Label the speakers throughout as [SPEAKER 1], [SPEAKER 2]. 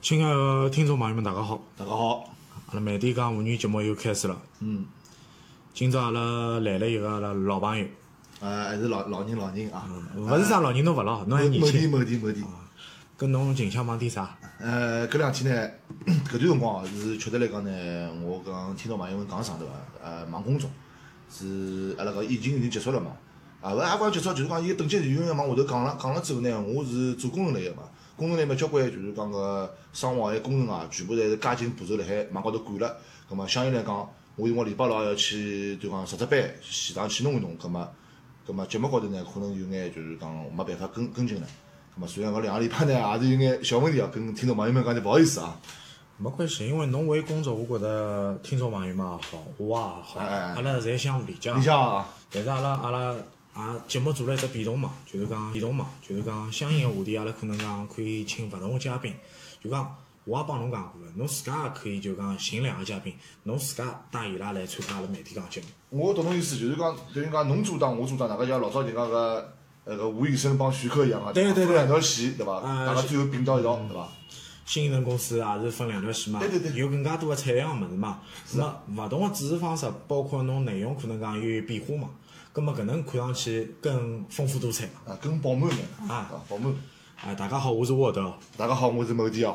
[SPEAKER 1] 亲爱的听众朋友们，大家好！
[SPEAKER 2] 大家好，
[SPEAKER 1] 阿拉慢点讲妇女节目又开始了。
[SPEAKER 2] 嗯，
[SPEAKER 1] 今朝阿拉来了一个阿拉老朋友，
[SPEAKER 2] 呃，还是老老人老人啊，呃
[SPEAKER 1] 勿是啥老人都勿老，侬还年
[SPEAKER 2] 某地
[SPEAKER 1] 轻。
[SPEAKER 2] 某地某地，
[SPEAKER 1] 跟侬近腔帮点啥？
[SPEAKER 2] 呃，搿两天呢， 搿段辰光啊是确实来讲呢，我讲听到朋友们讲啥对伐？呃，忙工作是阿拉讲疫情已经结束了嘛，啊，勿也讲结束，就是讲伊等级有人往下头讲了，讲了之后呢，我是做工程类个嘛，工程类嘛交关就是讲搿生活还有工程啊，全部侪是加紧步骤辣海网高头赶了，葛末相应来讲，我有辰光礼拜六也要去就讲值值班，现场去弄一弄，葛末。葛末啊节目高头呢，可能有眼就是讲没办法跟跟进了。葛末虽然搿两个礼拜呢，也是有眼小问题啊，跟听众朋友们讲就勿好意思啊。
[SPEAKER 1] 没关系，因为侬为工作，我觉得听众朋友们也好，我也好，
[SPEAKER 2] 哎哎
[SPEAKER 1] 阿拉侪相互理解。
[SPEAKER 2] 你想啊，
[SPEAKER 1] 但是阿拉啊阿拉也节目做了一只变动嘛，就是讲变动嘛，就是讲相应个话题，阿拉可能讲可以请勿同个嘉宾，就讲我也帮侬讲过了，侬自家也可以就讲寻两个嘉宾，侬自家带伊拉来参加阿拉媒体讲节目。
[SPEAKER 2] 我懂侬意思，就是讲等于讲侬做档，我做档，大家像老早人家个呃个吴宇森帮徐克一样啊，
[SPEAKER 1] 对对对
[SPEAKER 2] 分两条线对伐？
[SPEAKER 1] 啊嗯
[SPEAKER 2] 大家最后并到一道对伐？
[SPEAKER 1] 新人公司也是分两条线嘛，
[SPEAKER 2] 对对对
[SPEAKER 1] 有更加多的采样物事嘛。那么勿同个主持方式，包括侬内容可能讲有变化嘛，葛么搿能看上去更丰富多彩嘛。
[SPEAKER 2] 啊，跟饱满呢
[SPEAKER 1] 啊
[SPEAKER 2] 啊，饱满。
[SPEAKER 1] 啊，大家好，我是沃德。
[SPEAKER 2] 大家好，我是某弟啊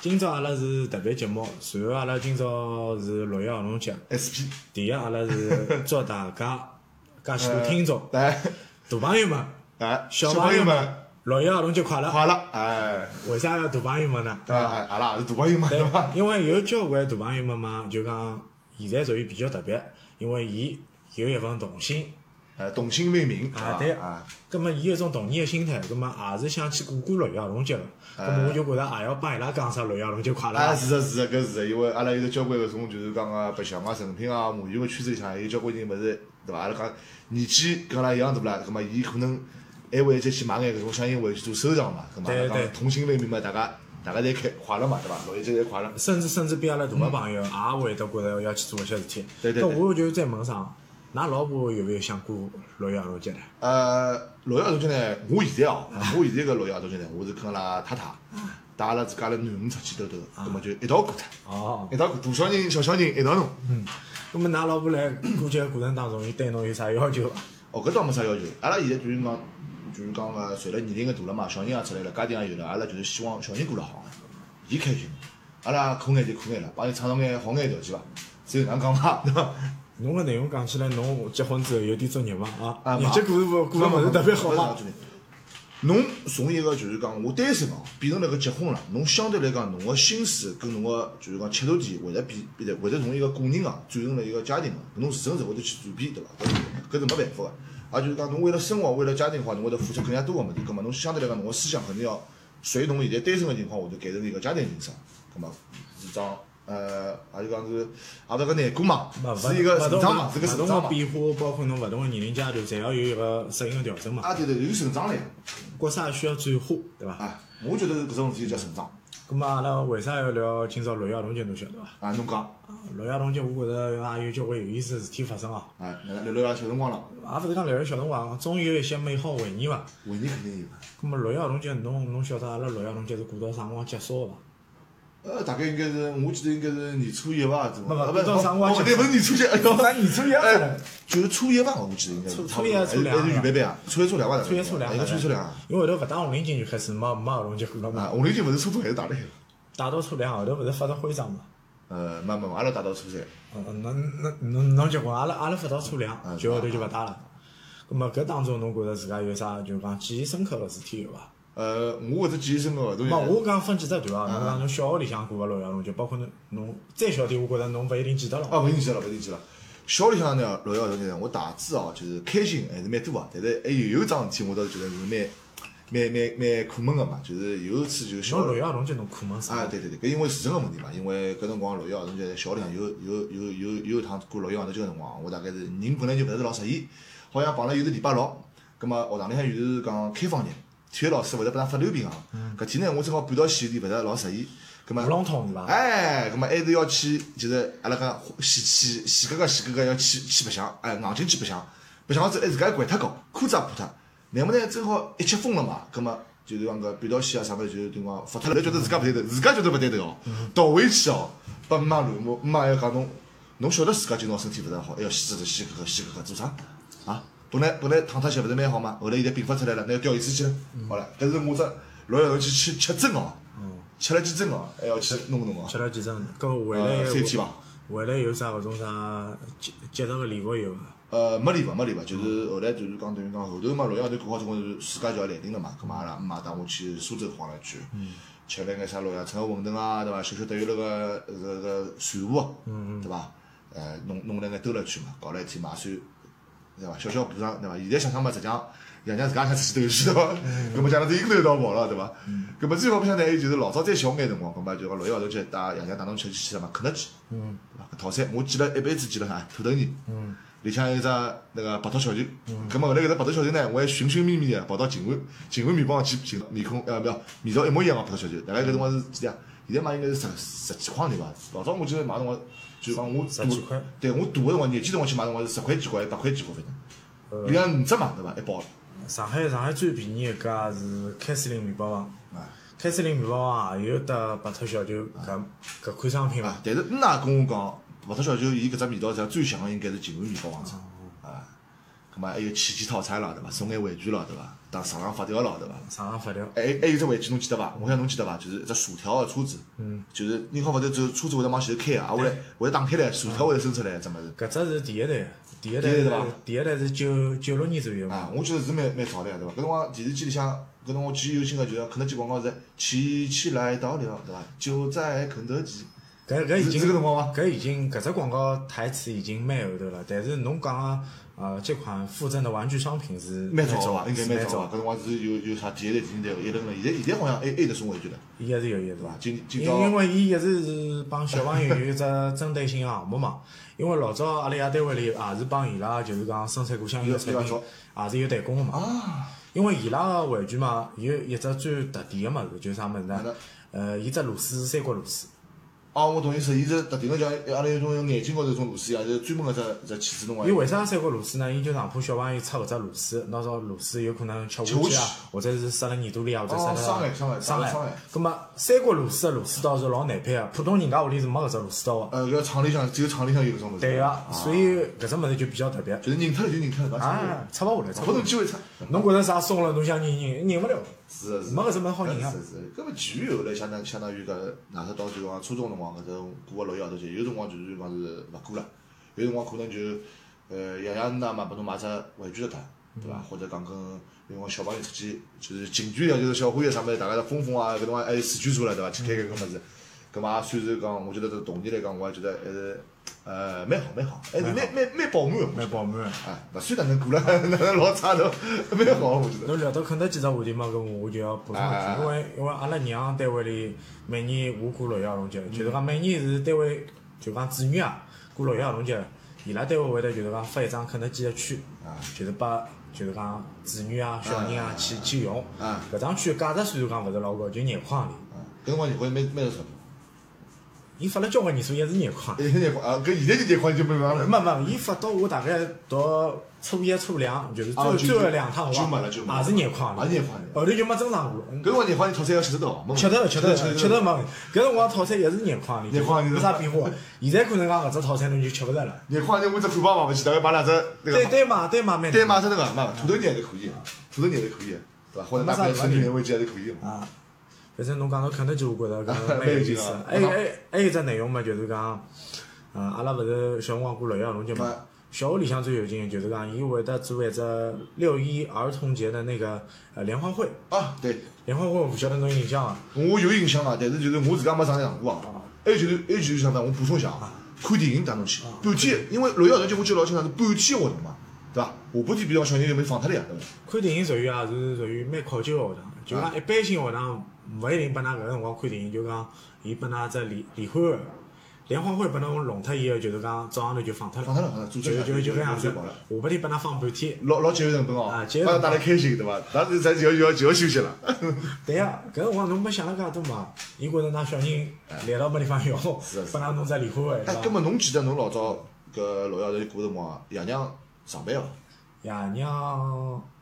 [SPEAKER 1] 今朝阿拉是特别节目，随后阿拉今朝是六一儿童节，
[SPEAKER 2] ，SP。
[SPEAKER 1] 第一阿拉是祝大 家介许多听众、
[SPEAKER 2] 来，
[SPEAKER 1] 大朋友们、
[SPEAKER 2] 哎，
[SPEAKER 1] 小
[SPEAKER 2] 呃朋
[SPEAKER 1] 友
[SPEAKER 2] 们，
[SPEAKER 1] 六一儿童节快乐！
[SPEAKER 2] 快乐！哎，
[SPEAKER 1] 为啥要大朋友们呢？
[SPEAKER 2] 对伐？哎阿拉也 是大朋友们对伐？
[SPEAKER 1] 因为有交关大朋友们嘛，就讲现在属于比较特别，因为伊有一份童心，
[SPEAKER 2] 哎，童心未泯
[SPEAKER 1] 啊对
[SPEAKER 2] 啊。
[SPEAKER 1] 葛么伊有一种童年的心态，葛么也是想去过过六一儿童节个。葛么我就觉着也要帮伊拉讲声六一儿童节快乐
[SPEAKER 2] 啊，
[SPEAKER 1] 啊。
[SPEAKER 2] 是的，是的，搿是的，因为阿拉有得交关搿种就是讲个白相啊、成品啊、马戏个圈子里向，有交关人勿是对伐？阿拉讲年纪跟阿拉一样大啦，葛末伊可能还会再去买眼搿种相应回去做收藏嘛，葛末阿拉
[SPEAKER 1] 对对
[SPEAKER 2] 讲童心未泯嘛，大家大家侪开快乐嘛，对伐？六一节侪快乐。
[SPEAKER 1] 甚至甚至比阿拉大个朋友也会得觉着要去做一些事体。
[SPEAKER 2] 对对
[SPEAKER 1] 搿
[SPEAKER 2] 对
[SPEAKER 1] 我就再问上，㑚老婆有没有想过六一儿童节呢？
[SPEAKER 2] 呃，六一儿童节呢，我现在哦，我现在搿六一儿童节呢，我是跟阿拉太太
[SPEAKER 1] 嗯
[SPEAKER 2] 带阿拉自家的囡恩出去兜兜，葛末就一道过脱，
[SPEAKER 1] 啊哦，
[SPEAKER 2] 一道过，大小人小小人一道弄。
[SPEAKER 1] 葛么㑚老婆辣过节个过程当中，伊对侬有啥要求伐？
[SPEAKER 2] 哦，搿倒没啥要求。阿拉现在就是讲，就是讲个，随了年龄个大了嘛，小人也出来了，家庭也有了，阿拉就是希望小人过了好眼，伊开心，阿拉可眼就可眼了，帮伊创造眼好眼条件伐？只有搿能讲伐？对伐？
[SPEAKER 1] 侬个内容讲起来，侬结婚之后有点作孽伐？
[SPEAKER 2] 啊
[SPEAKER 1] 啊，日节过得过得勿是特别好
[SPEAKER 2] 嘛
[SPEAKER 1] 伐？。
[SPEAKER 2] 侬从一个就是讲我单身哦，变成了个结婚了，侬相对来讲侬个心思跟侬个就是讲切入点会得变变得会得从一个个人啊转成了一个家庭啊，侬自身是会得去转变对伐？搿是搿是没办法个。也就是讲侬为了生活，为了家庭化，侬会得付出更加多个物事，葛末侬相对来讲侬个思想肯定要随侬现在单身个情况下头改成一个家庭形式，啊葛末是桩呃，也就讲是也勿是个难过嘛
[SPEAKER 1] 勿，勿
[SPEAKER 2] 是一个
[SPEAKER 1] 勿
[SPEAKER 2] 成
[SPEAKER 1] 同
[SPEAKER 2] 长嘛，是个
[SPEAKER 1] 勿
[SPEAKER 2] 成
[SPEAKER 1] 同
[SPEAKER 2] 长
[SPEAKER 1] 个
[SPEAKER 2] 嘛。
[SPEAKER 1] 变化，包括侬勿同个年龄阶段，侪要有一个适应个调整嘛。
[SPEAKER 2] 啊对对，有成长了呀。
[SPEAKER 1] 角色也需要转化，对伐？
[SPEAKER 2] 啊，我觉得搿种事体叫成长。
[SPEAKER 1] 咁么阿拉为啥要聊今朝六一儿童节？侬晓得伐？
[SPEAKER 2] 啊，侬讲，
[SPEAKER 1] 六一儿童节，我觉着也有交关有意思的事体发生哦。
[SPEAKER 2] 啊，那聊聊小辰光了，
[SPEAKER 1] 也勿是讲聊小辰光，总有一些美好回忆伐？
[SPEAKER 2] 回忆肯定有。
[SPEAKER 1] 咁么六一儿童节，侬侬晓得阿拉六一儿童节是过到啥辰光结束个伐？
[SPEAKER 2] 呃，大概应该是，我记得应该是年初一吧，怎么？
[SPEAKER 1] 不不
[SPEAKER 2] 啊
[SPEAKER 1] 不知道啥辰光
[SPEAKER 2] 哦对，不是年初一， 哎呦，
[SPEAKER 1] 年初一
[SPEAKER 2] 哎，就是初一吧，我记得应该是。
[SPEAKER 1] 初
[SPEAKER 2] 差
[SPEAKER 1] 初
[SPEAKER 2] 不多
[SPEAKER 1] 一啊初两啊
[SPEAKER 2] 还是预备班啊，初一初两吧，大概
[SPEAKER 1] 初一初两
[SPEAKER 2] 应该初一初两啊。
[SPEAKER 1] 因为后头勿打红领巾就开始没没儿童节过了
[SPEAKER 2] 啊，
[SPEAKER 1] 嘛。
[SPEAKER 2] 红领巾勿是初中还是大了？
[SPEAKER 1] 打到初两后头勿是发到徽章嘛？
[SPEAKER 2] 呃，没没，没阿拉打到初三。
[SPEAKER 1] 嗯，那那侬侬结棍，阿拉阿拉勿到初两，
[SPEAKER 2] 嗯
[SPEAKER 1] 就后头就勿打了。咁么搿当中侬觉着自家有啥就讲记忆深刻个事体有伐？
[SPEAKER 2] 呃，我搿只记忆深刻，都
[SPEAKER 1] 冇，我讲分几只段啊，侬讲侬小学里向过个六一儿童节，包括侬侬再小点，我觉着侬勿一定记得了。
[SPEAKER 2] 啊，勿记得了，勿记得了。小里向呢，六一儿童节呢，我大致哦，就是开心还是蛮多啊，但是还有有桩事体，我倒是觉得是蛮蛮蛮蛮苦闷个嘛，就是有一次就是小
[SPEAKER 1] 侬六一儿童节侬苦闷死了。
[SPEAKER 2] 啊，对对对，搿因为时辰个问题嘛，因为搿辰光六一儿童节小里向有有有有有一趟过六一儿童节个辰光，我大概是人本来就勿是老适宜，好像碰了有个礼拜六，葛末学堂里向又是讲开放日，体育老师会得拨㑚发溜冰啊，搿天呢我正好赶到线有点勿是老适宜，葛末
[SPEAKER 1] 勿笼统是伐？
[SPEAKER 2] 哎，葛末还是要去，就是阿拉讲洗洗洗格格洗格格要去去白相，哎，硬劲去白相，白相了之后还自家掼脱搞，裤子也破脱。乃末呢，正好一吃风了嘛，葛末就是讲搿变道线啊啥物事，就是讲发脱了，觉得自家勿对头，自家觉得勿对头哦，倒回去哦，拨姆妈乱骂，姆妈还要讲侬，侬晓得自家今朝身体勿大好，还要洗这洗搿个洗搿个做啥？啊，本来本来躺脱歇勿是蛮好嘛，后来现在病发出来了，那要吊医生去了，好了，搿是我只老要头去吃吃针哦，吃了几针哦，还要去弄弄哦，
[SPEAKER 1] 吃了几针，搿回来
[SPEAKER 2] 呃三天伐。
[SPEAKER 1] 回来有啥搿种啥节节日个礼物有伐？
[SPEAKER 2] 呃，没理伐，没理伐，就是后来就是讲等于讲后头嘛，六一号头过好之后，自家就要来定了嘛，咁嘛阿拉姆妈带我去苏州晃了一圈，吃了眼啥老爷村个馄饨啊，对伐？嗅嗅对有那个搿个船务啊，对伐？呃，弄弄了眼兜了一圈嘛，搞了一天嘛，也算对伐？小小补偿对伐？现在想想嘛，实际上爷娘自家想出去兜一圈对伐？
[SPEAKER 1] 嗯
[SPEAKER 2] 搿么家长子应头一道跑了对伐？搿么最方便呢，就是哎老早再小眼辰光，搿么就讲六一号头去带爷娘带侬去去什么肯德基，
[SPEAKER 1] 嗯
[SPEAKER 2] 对伐？搿套餐我记了一辈子记了哎哈，土豆泥。里向有只那个白兔小球，
[SPEAKER 1] 嗯
[SPEAKER 2] 咁么后来搿只白兔小球呢，我还寻寻觅觅的跑到静安静安面包去寻到面孔，呃，不要味道一模一样个白兔小球，大概搿辰光是几钿啊？现在买应该是十十几块钿伐？老早我记得买辰光，就是讲我大
[SPEAKER 1] 十几块，
[SPEAKER 2] 对我大个辰光，年纪辰光去买辰光是十块几块，八块几块反正，里向五只嘛，对伐？一包，
[SPEAKER 1] 上海上海最便宜一家是凯司令面包房
[SPEAKER 2] 啊，
[SPEAKER 1] 凯司令面包房也有得白兔小球搿搿款商品
[SPEAKER 2] 啊
[SPEAKER 1] 伐？，
[SPEAKER 2] 但是你哪跟我讲，白兔小球伊搿只味道实际上最像个应该是静安面包王子，啊，咁么还有起居套餐啦，对伐？送眼玩具啦，对伐？当场上发条啦，对伐？
[SPEAKER 1] 上海发条，
[SPEAKER 2] 还还有只玩具侬记得伐？我想侬记得伐？就是一只薯条个车子，嗯，就是你看勿头就是车子会得往前头开个，啊，会得会得打开来，薯条会得伸出来，只物事。
[SPEAKER 1] 搿只是第一代，第一
[SPEAKER 2] 第一
[SPEAKER 1] 代
[SPEAKER 2] 代
[SPEAKER 1] 是
[SPEAKER 2] 伐
[SPEAKER 1] 第一代是九九六年左右嘛，
[SPEAKER 2] 啊，我觉得是蛮蛮潮的，对伐？搿辰光电视机里向，搿辰光记忆犹新个就是肯德基广告是起起来到了，对伐？就在肯德基，
[SPEAKER 1] 搿搿已
[SPEAKER 2] 是
[SPEAKER 1] 经
[SPEAKER 2] 是搿辰光伐？
[SPEAKER 1] 搿已经搿只广告台词已经蛮后头了，但是侬讲个呃这款附赠的玩具商品是
[SPEAKER 2] 蛮早啊
[SPEAKER 1] 早啊
[SPEAKER 2] 伐？应该
[SPEAKER 1] 蛮
[SPEAKER 2] 蛮早伐？搿辰光是有有啥第一代、第二代、一等了，现在现在好像还还有得送玩具了，
[SPEAKER 1] 伊也是有，伊也是
[SPEAKER 2] 对
[SPEAKER 1] 有
[SPEAKER 2] 伐？。今今
[SPEAKER 1] 因
[SPEAKER 2] 朝
[SPEAKER 1] 因为伊一直是帮小朋友有一只针对性个项目嘛，因为老早阿拉爷单位里也是帮伊拉，就是讲生产过相应个产
[SPEAKER 2] 有有
[SPEAKER 1] 品
[SPEAKER 2] 合作，
[SPEAKER 1] 也是有代工个嘛。
[SPEAKER 2] 啊，
[SPEAKER 1] 因为伊拉个玩具嘛，有一只最特点个物事，就是啥物事
[SPEAKER 2] 哪能
[SPEAKER 1] 呢？呃，伊只螺丝是三角螺丝，
[SPEAKER 2] 哦，我懂意思，伊是特定个像阿拉有种眼睛高头有种螺丝一样，是专门个只只起子弄个
[SPEAKER 1] 伊。为啥三角螺丝呢？伊就让怕小朋友插搿只螺丝，拿着螺丝有可能吃下
[SPEAKER 2] 吃
[SPEAKER 1] 去
[SPEAKER 2] 下
[SPEAKER 1] 啊
[SPEAKER 2] 去，
[SPEAKER 1] 或者是塞辣耳朵里啊，或者
[SPEAKER 2] 哦
[SPEAKER 1] 塞
[SPEAKER 2] 伤害
[SPEAKER 1] 辣
[SPEAKER 2] 伤害
[SPEAKER 1] 伤
[SPEAKER 2] 伤害
[SPEAKER 1] 咁么三角螺丝个螺丝刀是老难配个，普通人家屋里是没搿只螺丝刀个。
[SPEAKER 2] 呃，搿厂里向只有厂里向有搿种物事。
[SPEAKER 1] 对
[SPEAKER 2] 个、
[SPEAKER 1] 个，所以搿只物事就比较特别。
[SPEAKER 2] 就是认脱了就认脱了，
[SPEAKER 1] 啊，
[SPEAKER 2] 啊啊，
[SPEAKER 1] 插勿下来，插
[SPEAKER 2] 拨
[SPEAKER 1] 勿
[SPEAKER 2] 侬
[SPEAKER 1] 下
[SPEAKER 2] 机会出。
[SPEAKER 1] 来。侬觉着啥松了，侬想认认认勿了。
[SPEAKER 2] 是的是的
[SPEAKER 1] 没搿只物事好认啊
[SPEAKER 2] 是的是的，搿么其余后来相当相当于搿，哪怕到就讲初中辰光搿种过个六一号头节，有辰光就是讲是勿过了，有辰光可能就呃爷爷奶奶嘛拨侬买只玩具了他，对伐？或者讲跟因为小朋友出去就是近距离啊就是小花园啥物事，大家疯疯啊，搿辰光还有四驱车了对伐？去开搿个物事，搿么也算是讲，我觉得对童年来讲，我也觉得还是呃蛮好蛮好，还是蛮蛮蛮饱满个。
[SPEAKER 1] 蛮饱满的。
[SPEAKER 2] 哎，勿算哪能过了， 哪能老差头，蛮好，我觉得。
[SPEAKER 1] 侬聊到肯德基只话题嘛，搿我就要补充一
[SPEAKER 2] 啊啊啊
[SPEAKER 1] 句，因为因为阿拉娘单位里每年我过六一儿童
[SPEAKER 2] 嗯
[SPEAKER 1] 节，就是讲每年是单位就讲子女啊过六一儿童节，伊拉单位会得就是讲发一张肯德基的券，就是拨就是讲子女啊小人
[SPEAKER 2] 啊啊啊
[SPEAKER 1] 啊
[SPEAKER 2] 啊
[SPEAKER 1] 去去用。
[SPEAKER 2] 啊
[SPEAKER 1] 搿张券价值虽然讲勿是老高，就廿块行钿。
[SPEAKER 2] 啊搿辰光廿块蛮蛮多钞票，伊
[SPEAKER 1] 伊发了交关年数，也是廿块。
[SPEAKER 2] 一天廿块啊，搿现在就廿块就没办法了。
[SPEAKER 1] 没没，伊发到我大概读初一、初两，就是
[SPEAKER 2] 啊
[SPEAKER 1] 最
[SPEAKER 2] 就
[SPEAKER 1] 最后两趟
[SPEAKER 2] 就没
[SPEAKER 1] 话
[SPEAKER 2] 了就没了
[SPEAKER 1] 也是廿块
[SPEAKER 2] 也是廿块
[SPEAKER 1] 后头就没增长过了。
[SPEAKER 2] 搿辰光廿块钿套餐要吃得到，没问题
[SPEAKER 1] 吃得吃得
[SPEAKER 2] 吃
[SPEAKER 1] 吃得没问题，搿辰光套餐也是廿块钿，
[SPEAKER 2] 廿块钿
[SPEAKER 1] 没啥变化。现在可能讲搿只套餐侬就吃勿着了。
[SPEAKER 2] 廿块钿我只汉堡买勿起，大概买两只那
[SPEAKER 1] 对
[SPEAKER 2] 个，
[SPEAKER 1] 对嘛对嘛蛮
[SPEAKER 2] 单买只那个嘛，土豆泥还是可以，土豆泥还是可以，对伐？或者买
[SPEAKER 1] 没
[SPEAKER 2] 杯
[SPEAKER 1] 啥
[SPEAKER 2] 生牛奶味鸡还是可以。
[SPEAKER 1] 啊。反正侬讲到肯德基，我觉着搿蛮
[SPEAKER 2] 蛮有
[SPEAKER 1] 有
[SPEAKER 2] 意
[SPEAKER 1] 意
[SPEAKER 2] 思
[SPEAKER 1] 思
[SPEAKER 2] 啊
[SPEAKER 1] 的。还有还有还有一只内容嘛，就是讲，呃，阿拉勿是小辰光过六一儿童节嘛
[SPEAKER 2] 啊，
[SPEAKER 1] 小学里向最有劲的就是讲，伊会得做一只六一儿童节的那个呃联欢会。
[SPEAKER 2] 啊，对，
[SPEAKER 1] 联欢会我勿晓得侬有印象伐？
[SPEAKER 2] 我有印象啊，但是就是我自家没上场过啊。还有就是还有就是啥呢？我补充一下啊，看电影带侬去，半天，因为六一儿童节我记得老清爽是半天活动嘛，对伐？下半天比较小人就没放脱了呀，对伐？
[SPEAKER 1] 看电影属于也是属于蛮考究个学堂，就
[SPEAKER 2] 嗯
[SPEAKER 1] 讲一般性学堂勿一定拨㑚搿个辰光看电影，就讲伊拨㑚只联联欢会，联欢会拨侬弄脱以后，就是讲早浪头就放脱
[SPEAKER 2] 放
[SPEAKER 1] 了，
[SPEAKER 2] 脱了，放脱了，
[SPEAKER 1] 就
[SPEAKER 2] 组织
[SPEAKER 1] 就就搿样子，
[SPEAKER 2] 最
[SPEAKER 1] 下
[SPEAKER 2] 好了。
[SPEAKER 1] 半天拨㑚放半天。
[SPEAKER 2] 老老节约成本哦
[SPEAKER 1] 啊，节约
[SPEAKER 2] 帮
[SPEAKER 1] 成本
[SPEAKER 2] 侬带来开心对伐？但是咱就要就要就要休息了。哎
[SPEAKER 1] 对呀，搿辰光侬没想了介多嘛，伊觉着㑚小人来到没地方用，拨
[SPEAKER 2] 是是
[SPEAKER 1] 㑚弄只联欢会，
[SPEAKER 2] 哎
[SPEAKER 1] 是，伐
[SPEAKER 2] 啊根？本侬记得侬老早搿六一号头过辰光，爷娘上班伐？哦
[SPEAKER 1] 爷娘，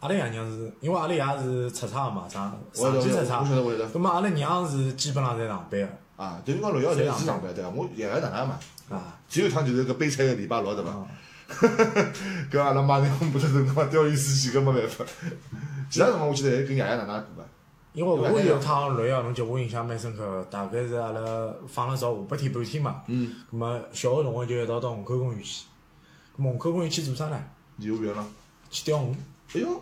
[SPEAKER 1] 阿拉爷娘是因为阿拉爷是出差个嘛，上
[SPEAKER 2] 我
[SPEAKER 1] 上
[SPEAKER 2] 晓
[SPEAKER 1] 期
[SPEAKER 2] 得
[SPEAKER 1] 出
[SPEAKER 2] 我晓
[SPEAKER 1] 差
[SPEAKER 2] 得，我晓得
[SPEAKER 1] 葛末阿拉娘是基本上侪上班个
[SPEAKER 2] 啊，等于讲六一号侪是上班对伐？我爷爷奶奶嘛，
[SPEAKER 1] 啊，
[SPEAKER 2] 只有一趟就是搿悲惨个礼拜六对
[SPEAKER 1] 哦
[SPEAKER 2] 伐？ 搿阿拉妈娘没得辰光调伊司机，搿没办法。其他辰光我记得还跟爷爷奶奶过个。
[SPEAKER 1] 因为我有趟六一侬叫我印象蛮深刻个，大概是阿拉放了早下半天半天嘛，
[SPEAKER 2] 嗯，
[SPEAKER 1] 葛末小学辰光就一道到虹口公园去，葛末虹口公园去做啥呢？
[SPEAKER 2] 游园了。
[SPEAKER 1] 去钓鱼，
[SPEAKER 2] 哎哟，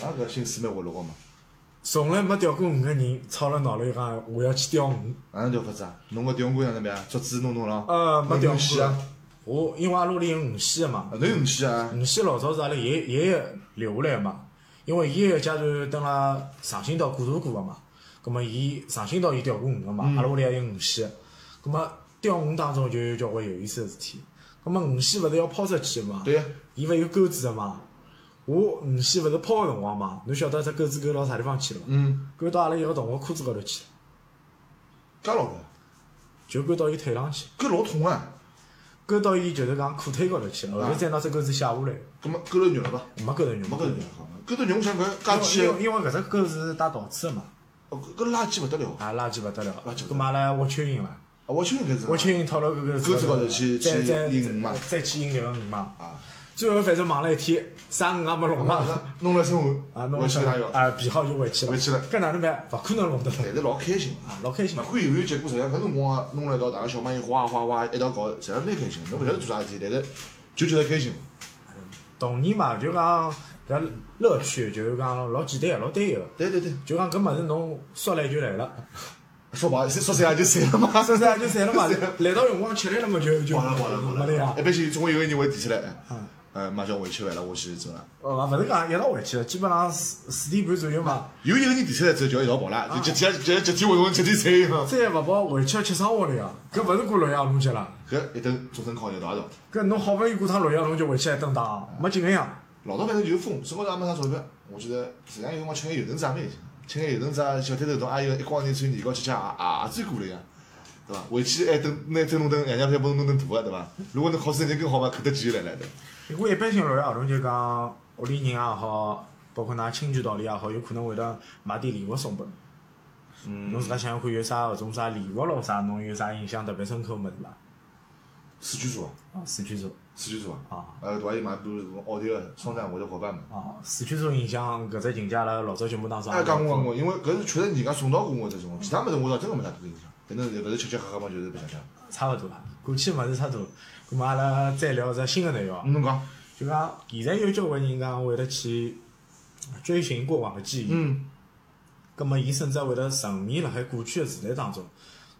[SPEAKER 2] 那搿心思蛮活络个嘛，
[SPEAKER 1] 从来没钓过鱼个人，操了脑袋讲我要去钓鱼。
[SPEAKER 2] 哪能调法子啊？弄个钓鱼竿哪能办啊？竹子弄弄了。
[SPEAKER 1] 呃，没钓
[SPEAKER 2] 弄鱼
[SPEAKER 1] 过
[SPEAKER 2] 啊？。
[SPEAKER 1] 我因为阿拉屋里有鱼线个嘛
[SPEAKER 2] 啊，，侬有鱼线啊？
[SPEAKER 3] 嗯
[SPEAKER 1] 鱼线老早是阿拉爷爷爷留下来个嘛，因为伊一个阶段蹲辣长兴岛过渡过个嘛，葛末伊长兴岛伊钓过鱼个嘛，
[SPEAKER 2] 嗯
[SPEAKER 1] 阿拉屋里还有鱼线，葛末钓鱼当中就有交关有意思个事体。葛末鱼线勿是要抛出去个嘛？
[SPEAKER 2] 对呀，
[SPEAKER 1] 伊勿有钩子个嘛？我鱼线勿是抛个辰光嘛，侬晓得只钩子钩到啥地方去了伐？
[SPEAKER 2] 嗯，
[SPEAKER 1] 钩到阿拉一个同学裤子高头去了，
[SPEAKER 2] 介老个，
[SPEAKER 1] 就钩到伊腿上去了，
[SPEAKER 2] 搿老痛啊！
[SPEAKER 1] 钩到伊就是讲裤腿高头去了，后头
[SPEAKER 2] 啊
[SPEAKER 1] 再拿只钩子卸下来。
[SPEAKER 2] 葛末勾头肉了伐？
[SPEAKER 1] 没搿头肉，
[SPEAKER 2] 没
[SPEAKER 1] 没
[SPEAKER 2] 勾头肉，好嘛？勾头肉，我想搿介
[SPEAKER 1] 因
[SPEAKER 2] 气
[SPEAKER 1] 为，因为因为搿只狗是带倒刺的嘛，
[SPEAKER 2] 哦搿搿垃圾勿得了。
[SPEAKER 1] 啊，垃圾勿得了
[SPEAKER 2] 垃圾勿得了。
[SPEAKER 1] 搿嘛阿拉挖蚯蚓了，
[SPEAKER 2] 啊，我确认搿是啊。
[SPEAKER 1] 挖蚯蚓套到搿个
[SPEAKER 2] 钩子高头去
[SPEAKER 1] 再
[SPEAKER 2] 去
[SPEAKER 1] 再
[SPEAKER 2] 引鱼嘛
[SPEAKER 1] 再去引迭个鱼嘛。
[SPEAKER 2] 啊，
[SPEAKER 1] 最后反正忙了一天，啥鱼也没弄
[SPEAKER 2] 啊
[SPEAKER 1] 上，
[SPEAKER 2] 那弄了生活
[SPEAKER 1] 啊，弄
[SPEAKER 2] 回
[SPEAKER 1] 了
[SPEAKER 2] 去
[SPEAKER 1] 啥
[SPEAKER 2] 哪要？
[SPEAKER 1] 啊，皮好就回去了。
[SPEAKER 2] 回去了
[SPEAKER 1] 搿哪能办？勿可能弄得了
[SPEAKER 2] 但是老开心啊！
[SPEAKER 1] 啊，老开心
[SPEAKER 2] 勿。管有没有结果，实际上搿辰光啊弄了一道，大家小朋友哗哗哗一道搞，实际上蛮开心的。侬勿晓得做啥事体，但是就觉得开心。
[SPEAKER 1] 童年嘛，就讲搿乐趣，就是讲老简单个，老单一个，
[SPEAKER 2] 对对对，
[SPEAKER 1] 就讲搿物事侬说来就来了，
[SPEAKER 2] 说白说啥就散了嘛。
[SPEAKER 1] 说啥就散了 嘛。来到辰光吃力了嘛，就就
[SPEAKER 2] 好啊了好了
[SPEAKER 1] 没
[SPEAKER 2] 好
[SPEAKER 1] 了呀
[SPEAKER 2] 了，一。般性哎总归有一个人会提出来，
[SPEAKER 1] 嗯
[SPEAKER 2] 呃，马上回去晚了，我去走了。
[SPEAKER 1] 呃，勿是讲一道回去的，基本上四四点半左右嘛。
[SPEAKER 2] 有一个人提出来之后，就要一道跑了，就集体集集体活动，集体参与嘛。
[SPEAKER 1] 再勿跑回去要吃生活了呀，搿勿是过六一儿童节啦。
[SPEAKER 2] 搿一顿终身考验大一道。
[SPEAKER 1] 搿侬好勿容易过趟六一儿童节回去还登打，没劲个呀。
[SPEAKER 2] 老早反正就是疯，身高头也没啥钞票。我记得实际上有辰光吃眼油灯子也蛮有劲，吃眼油灯子啊，小摊头同阿姨一光人穿年糕吃啊吃也也最过来呀，对伐？回去还哎等拿再弄顿爷娘再拨侬弄顿大个，对伐？如果侬考试成绩更好嘛，扣得继续来了，对伐。
[SPEAKER 1] 我一般性六一儿童节讲，屋里人也好，包括㑚亲戚道理也好，有可能会得买点礼物送拨侬。
[SPEAKER 2] 嗯
[SPEAKER 1] 侬自家想想看，有啥搿种啥礼物咯啥，侬有啥印象特别深刻个物事伐？
[SPEAKER 2] 四驱车啊，
[SPEAKER 1] 哦，四驱车
[SPEAKER 2] 四驱车啊，
[SPEAKER 1] 啊
[SPEAKER 2] 呃，大姨买比如种奥迪个双站或者伙伴嘛。
[SPEAKER 1] 啊，四驱车印象搿只情节阿拉老早节目当中
[SPEAKER 2] 哎，
[SPEAKER 1] 也
[SPEAKER 2] 讲
[SPEAKER 1] 聊
[SPEAKER 2] 过
[SPEAKER 1] 过
[SPEAKER 2] 讲过，因为搿是确实人家送到过我这种，其他物事我倒真个没啥大印象。反正勿是吃吃喝喝嘛，就是白相相。
[SPEAKER 1] 差勿多啦，过去物事差勿多。咁阿拉再聊只新个内容啊，
[SPEAKER 2] 嗯侬讲，
[SPEAKER 1] 就讲现在有交关人讲会得去追寻过往个记忆，
[SPEAKER 2] 嗯，
[SPEAKER 1] 咁么伊甚至会得沉迷辣海过去个时代当中。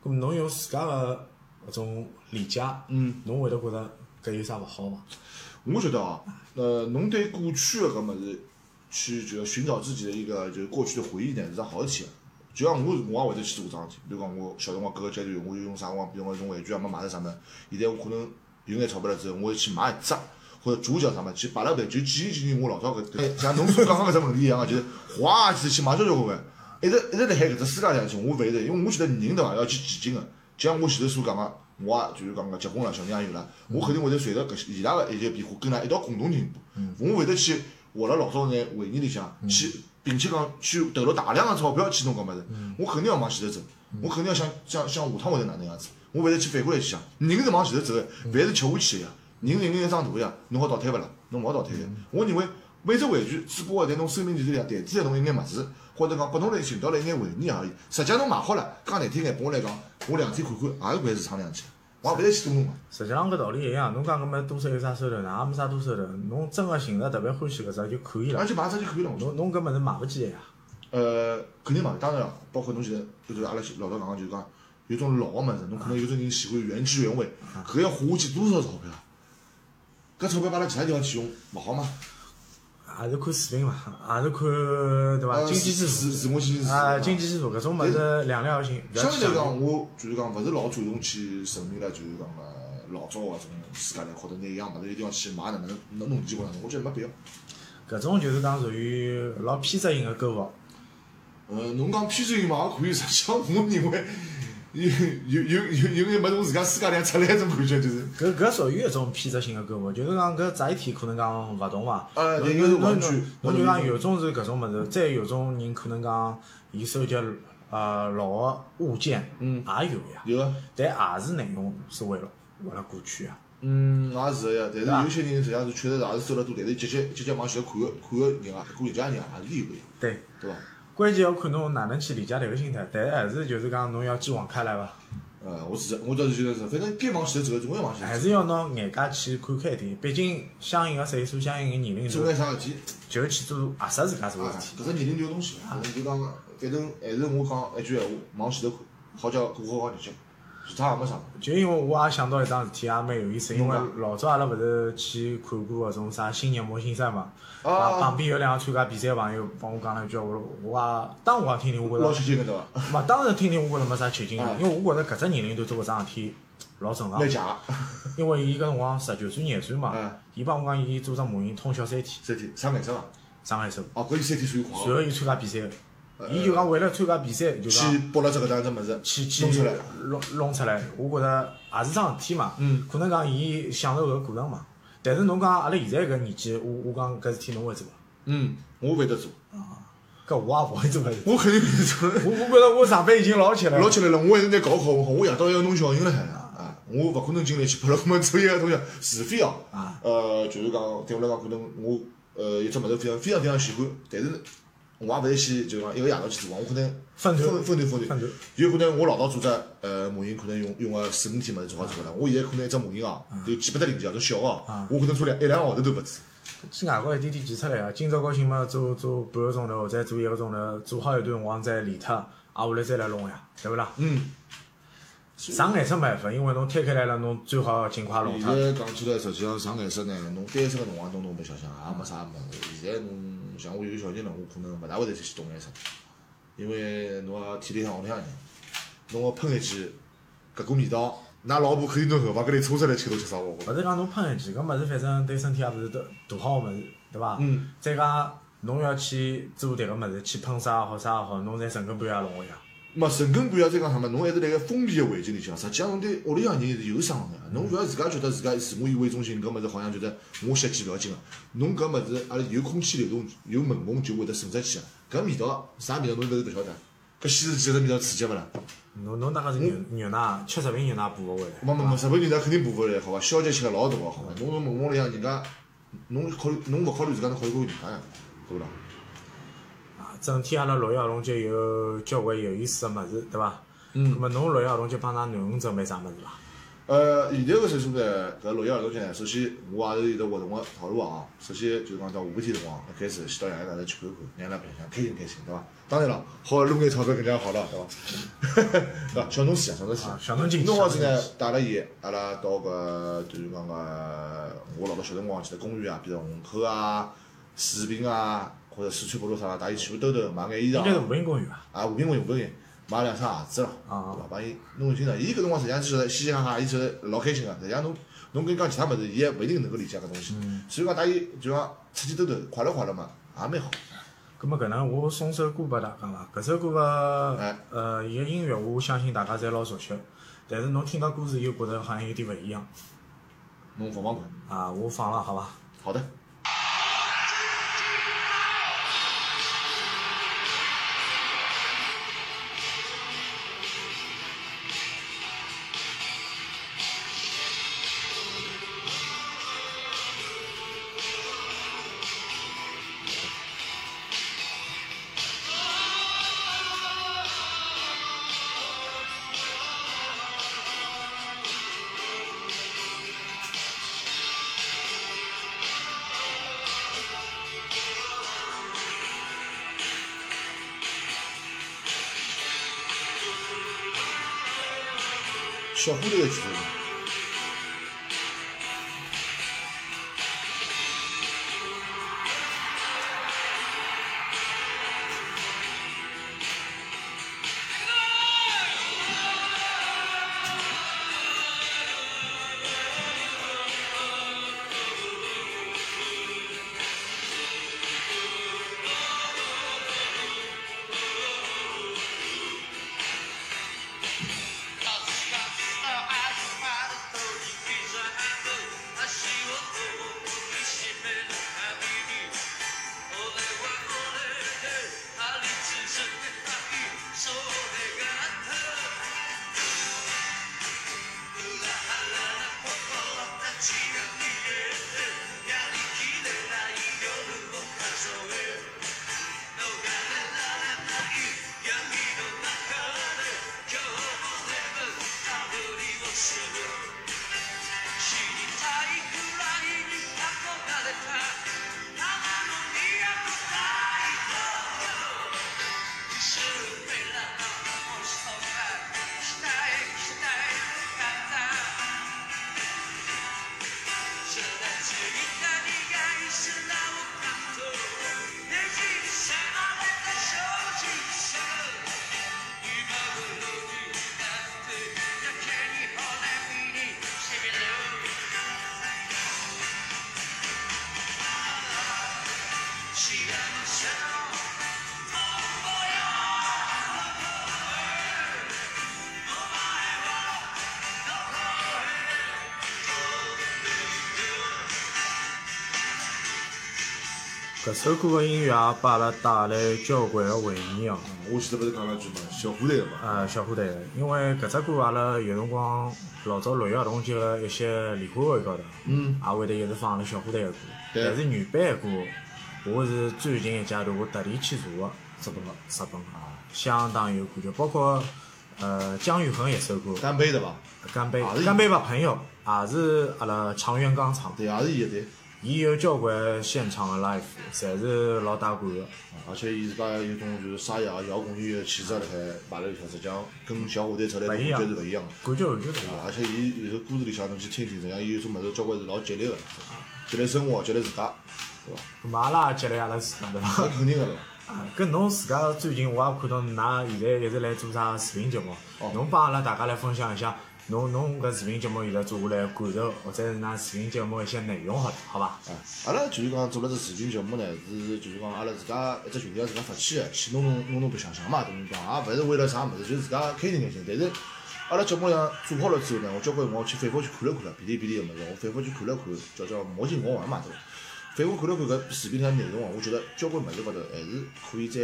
[SPEAKER 1] 咁侬用自家个搿种理解，
[SPEAKER 2] 嗯，
[SPEAKER 1] 侬会得觉着搿有啥勿好伐？
[SPEAKER 2] 我觉得啊，呃，侬对过去个搿物事去就寻找自己的一个就是过去的回忆呢，是桩好事体。啊就像我我也会得去做搿桩事体，比如讲我小辰光搿个阶段，我就用啥辰光，比如讲种玩具啊，没买着啥物事，现在我可能有眼钞票了之后，我会去买一只。或者主角啥么，去摆辣摆，就记忆记忆我老早搿搿像侬所讲个搿只问题一样啊个，就是哗一记去买交交关关，一直一直辣海搿只世界上去，我勿会得，因为我觉得人对伐要去前进个，就像我前头所讲个，我也就是讲个结婚了，小人也有了，我肯定会得随着搿些伊拉个一些变化，跟伊拉一道共同进步，我会得去活辣老早眼回忆里向去，并且讲去投入大量个钞票去弄搿物事，我肯定要往前头走，我肯定要想想想下趟会得哪能样子，我会得去反过来去想，人是往前头走个，饭是啊吃下去个呀。人人眼长大呀，侬好淘汰勿啦？侬勿好淘汰个。我认为每只玩具只不过在侬生命里头两代替了侬一眼物事，或者讲拨侬来寻到了一眼回忆而已。实际侬买好了，讲难听眼，拨我来讲，我两天看看，也是掼市场两去，我也勿会去多弄个。啊
[SPEAKER 1] 实际上搿道理一样，侬讲搿么多少有啥收头，哪也没啥多收头。侬真个寻着特别欢喜搿只就可以
[SPEAKER 2] 而
[SPEAKER 1] 了。
[SPEAKER 2] 且买只就可以了，我说。
[SPEAKER 1] 侬侬搿物事买勿起个呀，
[SPEAKER 2] 呃，肯定买，当然了，包括侬现在就是阿拉老早讲个就是讲，有种老个物事，侬可能有种人喜欢原汁原味，
[SPEAKER 1] 啊
[SPEAKER 2] 搿要花下去多少钞票啊？搿钞票摆辣其他地方去用，勿好吗？
[SPEAKER 1] 也是看水平嘛，也是看对伐？
[SPEAKER 2] 呃
[SPEAKER 1] 经济基础
[SPEAKER 2] 自自我哦经济基础
[SPEAKER 1] 啊，
[SPEAKER 2] 嘛
[SPEAKER 1] 经济基础搿种物事量力而行，勿要
[SPEAKER 2] 相
[SPEAKER 1] 去
[SPEAKER 2] 对来
[SPEAKER 1] 讲
[SPEAKER 2] 讲，我就是讲，勿是老主动去沉迷了，就是讲个老早个种世界里，或者拿一样物事一定要去买哪能能弄几个哪能，我觉得没必要。
[SPEAKER 1] 搿种就是讲属于老偏执型的购物，
[SPEAKER 2] 呃，侬讲偏执嘛也可以，实际上我认为，有有有有有眼没从自家世界里向出来一种感觉，就是
[SPEAKER 1] 搿搿属于一种偏执性的购物，就是讲搿杂一体可能讲勿同伐？
[SPEAKER 2] 呃
[SPEAKER 1] 侬
[SPEAKER 2] 应该是玩具
[SPEAKER 1] 侬
[SPEAKER 2] 或者
[SPEAKER 1] 就讲
[SPEAKER 2] 是
[SPEAKER 1] 有种是搿种物事，再有种人可能讲伊收集呃老个物件，嗯，也有呀，
[SPEAKER 2] 有啊。
[SPEAKER 1] 但也是内容是为了为了过去啊。
[SPEAKER 2] 嗯，也是个呀，但是
[SPEAKER 1] 吧
[SPEAKER 2] 有些人实际上是确实也是收了多，但是积极积极往前头看个看个人啊，看人家人啊，还是有个呀，
[SPEAKER 1] 对，
[SPEAKER 2] 对伐？
[SPEAKER 1] 关键要看侬哪能去理解迭个心态，但还是就是讲侬要继往开来伐，
[SPEAKER 2] 呃，我是我倒是觉得是，反正该往前头走，总归往前
[SPEAKER 1] 还
[SPEAKER 2] 头
[SPEAKER 1] 是要拿眼界去看开一点，毕竟相应个岁数、相应个年龄
[SPEAKER 2] 走。
[SPEAKER 1] 就
[SPEAKER 2] 做眼啥事体？
[SPEAKER 1] 就去做合适自家做个
[SPEAKER 2] 啊
[SPEAKER 1] 事体。
[SPEAKER 2] 搿只年龄段东西，反正就讲，反正还是我讲一句闲话，往前头看，好叫过好好日脚，其他也没啥。
[SPEAKER 1] 就因为我也想到一桩事体，也蛮有意思。因为
[SPEAKER 2] 侬
[SPEAKER 1] 老早阿拉勿是去看过搿种啥新日模新山嘛，旁
[SPEAKER 2] 啊
[SPEAKER 1] 旁，边有两个参加比赛的朋友帮我讲了一句，我我也当我也听听，我觉
[SPEAKER 2] 老
[SPEAKER 1] 着，
[SPEAKER 2] 吃惊个对啊伐？
[SPEAKER 1] 嘛当时听听我觉着没啥吃惊
[SPEAKER 2] 啊，
[SPEAKER 1] 因为我觉着搿只年龄段做搿桩事体老正常
[SPEAKER 2] 蛮。假，
[SPEAKER 1] 因为伊搿辰光十九岁廿岁嘛
[SPEAKER 2] 啊，
[SPEAKER 1] 伊帮我讲伊做只模型通宵三天，
[SPEAKER 2] 三天啥颜色伐？
[SPEAKER 1] 上海手，
[SPEAKER 2] 哦，搿就三天属于
[SPEAKER 1] 然
[SPEAKER 2] 狂了。
[SPEAKER 1] 后伊参加比赛，
[SPEAKER 2] 呃
[SPEAKER 1] 伊就讲为了参加比赛，就讲
[SPEAKER 2] 去。剥了这个当只物事，
[SPEAKER 1] 去去
[SPEAKER 2] 弄出来。
[SPEAKER 1] 弄弄出来，我觉着也是桩事体嘛。
[SPEAKER 2] 嗯，
[SPEAKER 1] 可能讲伊享受搿过程嘛。但是侬讲阿拉现在搿年纪，我我讲搿事体侬会做伐？
[SPEAKER 2] 嗯，我会得做，
[SPEAKER 1] 搿我也勿会做搿事体。
[SPEAKER 2] 我肯定会得做。
[SPEAKER 1] 我我觉着我上班已经老吃了。
[SPEAKER 2] 老起来了，我还是拿搞好，我夜到还要弄小人了海啊！我勿可能精力去拍了搿么做一个东西，除非哦
[SPEAKER 1] 啊，
[SPEAKER 2] 呃，就是讲对我来讲，可能我呃有只物事非常非常非常喜欢，但是呢我也勿会去就是讲一个夜到去做，我可能
[SPEAKER 1] 分段
[SPEAKER 2] 分分段分
[SPEAKER 1] 分
[SPEAKER 2] 段
[SPEAKER 1] 段，
[SPEAKER 2] 有可能我老早做只呃模型，可能用用个四五天物事做好做好了，我现在可能一只模型啊，有几百只零件啊，都小个啊，我可能做两一两个号头都勿止。
[SPEAKER 1] 去外国一点点记出来啊！今朝高兴嘛，做做半个钟头，再做一个钟头，做好一段辰光再练脱，啊，下来再来弄呀，对勿啦？
[SPEAKER 2] 嗯，
[SPEAKER 1] 上颜色没办法，因为侬摊开来了，侬最好尽快弄
[SPEAKER 2] 现
[SPEAKER 1] 脱。
[SPEAKER 2] 在讲起来，实际上上颜色呢，侬单身个辰光侬侬白相相，也没啥物事。现在侬像我有小人了，我可能勿大会得去动颜色，因为侬要体力向屋里向人，侬要喷一记，搿股味道，㑚老婆肯定从头发搿里搓出来吃都吃啥勿
[SPEAKER 1] 勿是讲侬喷一记，搿物事反正对身体也勿是大大好个物事，对伐？
[SPEAKER 2] 嗯。
[SPEAKER 1] 再讲侬要去做迭个物事，去喷啥也好，啥也好，侬侪十根半夜弄个呀。
[SPEAKER 2] 嘛，陈根半夜再讲啥嘛，侬还是辣盖封闭个环境里向，实际上侬对屋里向人是有伤害个。侬勿要自家觉得自家自我以为中心，搿物事好像觉得我吸气勿要紧个。侬搿物事，阿拉有空气流动，有门缝就会得渗出去个。搿味道啥味道侬勿是勿晓得？搿吸尘器的味道刺激勿啦？
[SPEAKER 1] 侬侬哪个是牛牛奶，吃日本牛奶补勿回来？
[SPEAKER 2] 没没没，日本人他肯定补勿来，好伐？消极吃个老大个，好伐？侬从门缝里向人家，侬考虑侬勿考虑自家，侬考虑过人家呀，对勿啦？
[SPEAKER 1] 啊，整体阿拉六一儿童节有交关有意思个物事，对伐？嗯。葛末侬六一儿童节帮㑚囡恩准备啥物事伐？
[SPEAKER 2] 呃，现在个岁数呢，搿六一儿童节呢，首先我也是有得活动个套路啊。首先就是讲到下半天辰光，一啊开始先到爷爷奶奶去看看，让伊拉白相，开心开心，对伐？当然了，好弄眼钞票更加好了，对伐？ 对伐？小弄死啊，小弄死
[SPEAKER 1] 啊，。小侬进去。
[SPEAKER 2] 弄好之后呢，带了伊，阿拉到搿就是讲个，我老早小辰光去的公园啊，比如虹口啊、水滨啊，或者四川北路啥，带伊去兜兜，买眼衣裳
[SPEAKER 1] 应该。是武平公园伐？
[SPEAKER 2] 啊，和平公园，和平公园买两双鞋子了，对
[SPEAKER 1] 啊
[SPEAKER 2] 伐？帮伊弄清爽。伊搿辰光实际上就是嘻嘻哈哈，伊就是老开心个。实际上侬侬跟伊讲其他物事，伊也勿一定能够理解搿东西。
[SPEAKER 1] 嗯
[SPEAKER 2] 所以讲，带伊就讲出去兜兜，快乐快乐嘛，也蛮好。
[SPEAKER 1] 葛末搿能我送首歌拨大家伐？搿首歌
[SPEAKER 2] 哎
[SPEAKER 1] 伐？呃，伊个音乐我相信大家侪老熟悉，但是侬听到歌词又觉着好像有点勿一样
[SPEAKER 2] 侬放放看，
[SPEAKER 1] 啊！我放了，好伐？
[SPEAKER 2] 好的。小狐狸个曲子。
[SPEAKER 1] 啊，搿首歌的音乐也拨阿拉带来交关个回忆哦。
[SPEAKER 2] 我记得勿是讲了一句嘛，小虎队嘛，
[SPEAKER 1] 呃，小虎队，因为搿只歌阿拉有辰光老早六一儿童节个一些联欢会高头，
[SPEAKER 2] 嗯，
[SPEAKER 1] 也会得一直放阿拉小虎队个歌。
[SPEAKER 2] 对
[SPEAKER 1] 但是原版个歌，我是最近一阶段我特地去查个，
[SPEAKER 2] 日本个，
[SPEAKER 1] 日本啊，相当有感觉，包括呃姜育恒一首歌
[SPEAKER 2] 干杯对伐？
[SPEAKER 1] 《干杯
[SPEAKER 2] 啊是》，
[SPEAKER 1] 干杯吧朋友，也是阿拉常元刚唱的，
[SPEAKER 2] 对，也是伊个对，
[SPEAKER 1] 伊有交关现场个 live，侪是老带感个。
[SPEAKER 2] 啊而且伊自家有种就是沙哑摇滚乐个气质辣海摆辣里头，实际上跟小虎队出来的
[SPEAKER 1] 勿一样
[SPEAKER 2] 感觉是勿一样个。
[SPEAKER 1] 感觉完全勿一样。
[SPEAKER 2] 啊而且伊有首歌词里向侬去听听，实际上伊有种物事交关是老激烈个，啊激励生活，激励自家，对伐？
[SPEAKER 1] 咁阿拉也激励阿拉自家对 伐？
[SPEAKER 2] 搿肯定个咯。
[SPEAKER 1] 啊搿侬自家最近我也看到㑚现在一直来做啥视频节目
[SPEAKER 2] 哦，
[SPEAKER 1] 侬帮阿拉大家来分享一下侬侬搿视频节目现在做下来的感受，或者是㑚视频节目的一些内容好了，好伐？
[SPEAKER 2] 啊，阿拉就是讲做了只视频节目呢，是就是讲阿拉自家一只群体自家发起个，去弄弄弄弄白相相嘛，等于讲也勿是为了啥物事，就是自家开心开心。但是阿拉节目上做好了之后呢，我交关辰光去反复去看了看了，哔哩哔哩个物事，我反复去看了看，叫叫魔镜魔玩嘛，对伐？反复看了看搿视频里向内容啊，我觉得交关物事高头还是可以再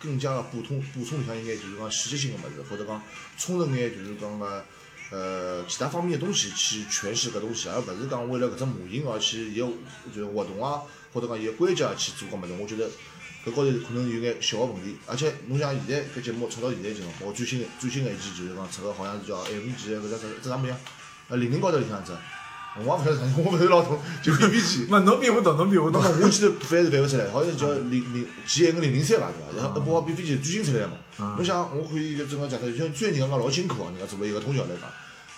[SPEAKER 2] 更加个补充补充里向一眼，就是讲细节性个物事，或者讲充实眼，就是讲个呃其他方面的东西去诠释搿东西，而勿是讲为了搿只模型而去伊个就是活动啊，或者讲伊个关节啊去做搿物事。我觉得搿高头可能有眼小个问题，而且侬像现在搿节目出到现在就是，我最新的最新个一期就是讲出个好像是叫 M G 搿只搿只啥物事啊，呃零零高头里向只。我也勿晓得啥，我勿是老懂，就 B B 机，
[SPEAKER 1] 勿侬比我懂，侬比我
[SPEAKER 2] 那
[SPEAKER 1] 懂
[SPEAKER 2] 么。我记得翻是翻勿出来，好像叫零零 G 一个零零三吧，对伐？然后不好比飞机最新出来嘛。侬想，我可以就整个讲出，像虽然人家讲老辛苦啊，人家作为一个通晓来讲，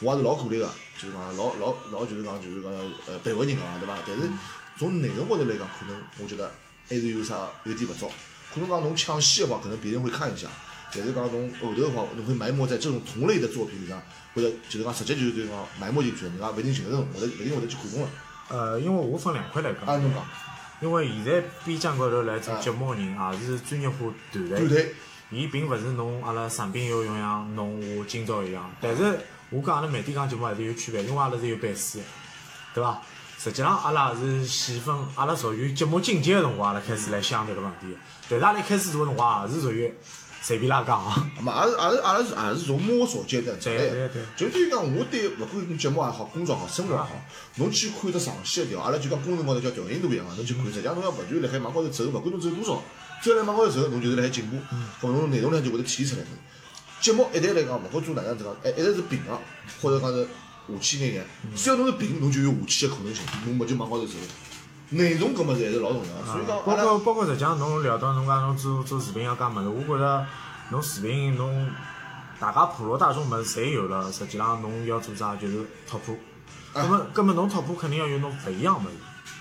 [SPEAKER 2] 我也是老苦力个，就是讲老老老就是讲就是讲呃佩服人家对伐？但是从内容高头来讲，可能我觉得还是有啥有点勿足。可能讲侬抢戏的话，可能别人会看一下。但是讲侬后头的话，侬会埋没在这种同类的作品里向，或者就是讲直接就是讲埋没进去，人家勿一定寻得侬，或者勿一定会得去看侬了。
[SPEAKER 1] 呃，因为我分两块来
[SPEAKER 2] 按
[SPEAKER 1] 讲，
[SPEAKER 2] 侬讲，
[SPEAKER 1] 因为现在 B 站高头来做节目的人也是专业化团
[SPEAKER 2] 对
[SPEAKER 1] 队
[SPEAKER 2] 不。对？
[SPEAKER 1] 伊并勿是侬阿拉上班有用样，侬我今朝一样。但是我讲阿拉每天讲节目还是有区别，因为阿拉是有版书，对伐？实际上阿拉也是细分，阿拉属于节目进阶个辰光，阿拉开始来想迭个问题。但是阿拉一开始做个辰光也是属于随便拉讲啊。
[SPEAKER 2] 嘛，也是也是也是也是从摸索阶段出来
[SPEAKER 1] 对
[SPEAKER 2] 的
[SPEAKER 1] 对啊对。
[SPEAKER 2] 就等于讲，我对勿管节目也好，工作也好，生活也好，侬去看只长线条，阿拉就讲工程高头叫调研度一样嘛，侬去看，实际上侬要勿断辣海网高头走，勿管侬走多少，只要辣网高头走，侬就是辣海进步，
[SPEAKER 1] 嗯
[SPEAKER 2] 搿侬内容量就会得体现出来。节目一旦来讲，勿管做哪能子讲，哎，一直是平个，或者讲是下去眼眼。
[SPEAKER 1] 嗯
[SPEAKER 2] 只要侬是平，侬就有下去个可能性，侬勿就往高头走。内容搿物事还是老重要的，所以讲
[SPEAKER 1] 啊包
[SPEAKER 2] 阿拉
[SPEAKER 1] 括包括实际上侬聊到侬讲侬做做视频啊要讲物事，我觉着侬视频侬大家普罗大众物事侪有了，实际上侬要做啥就是突破。
[SPEAKER 2] 啊
[SPEAKER 1] 那么，那么侬突破肯定要有侬勿一样物事。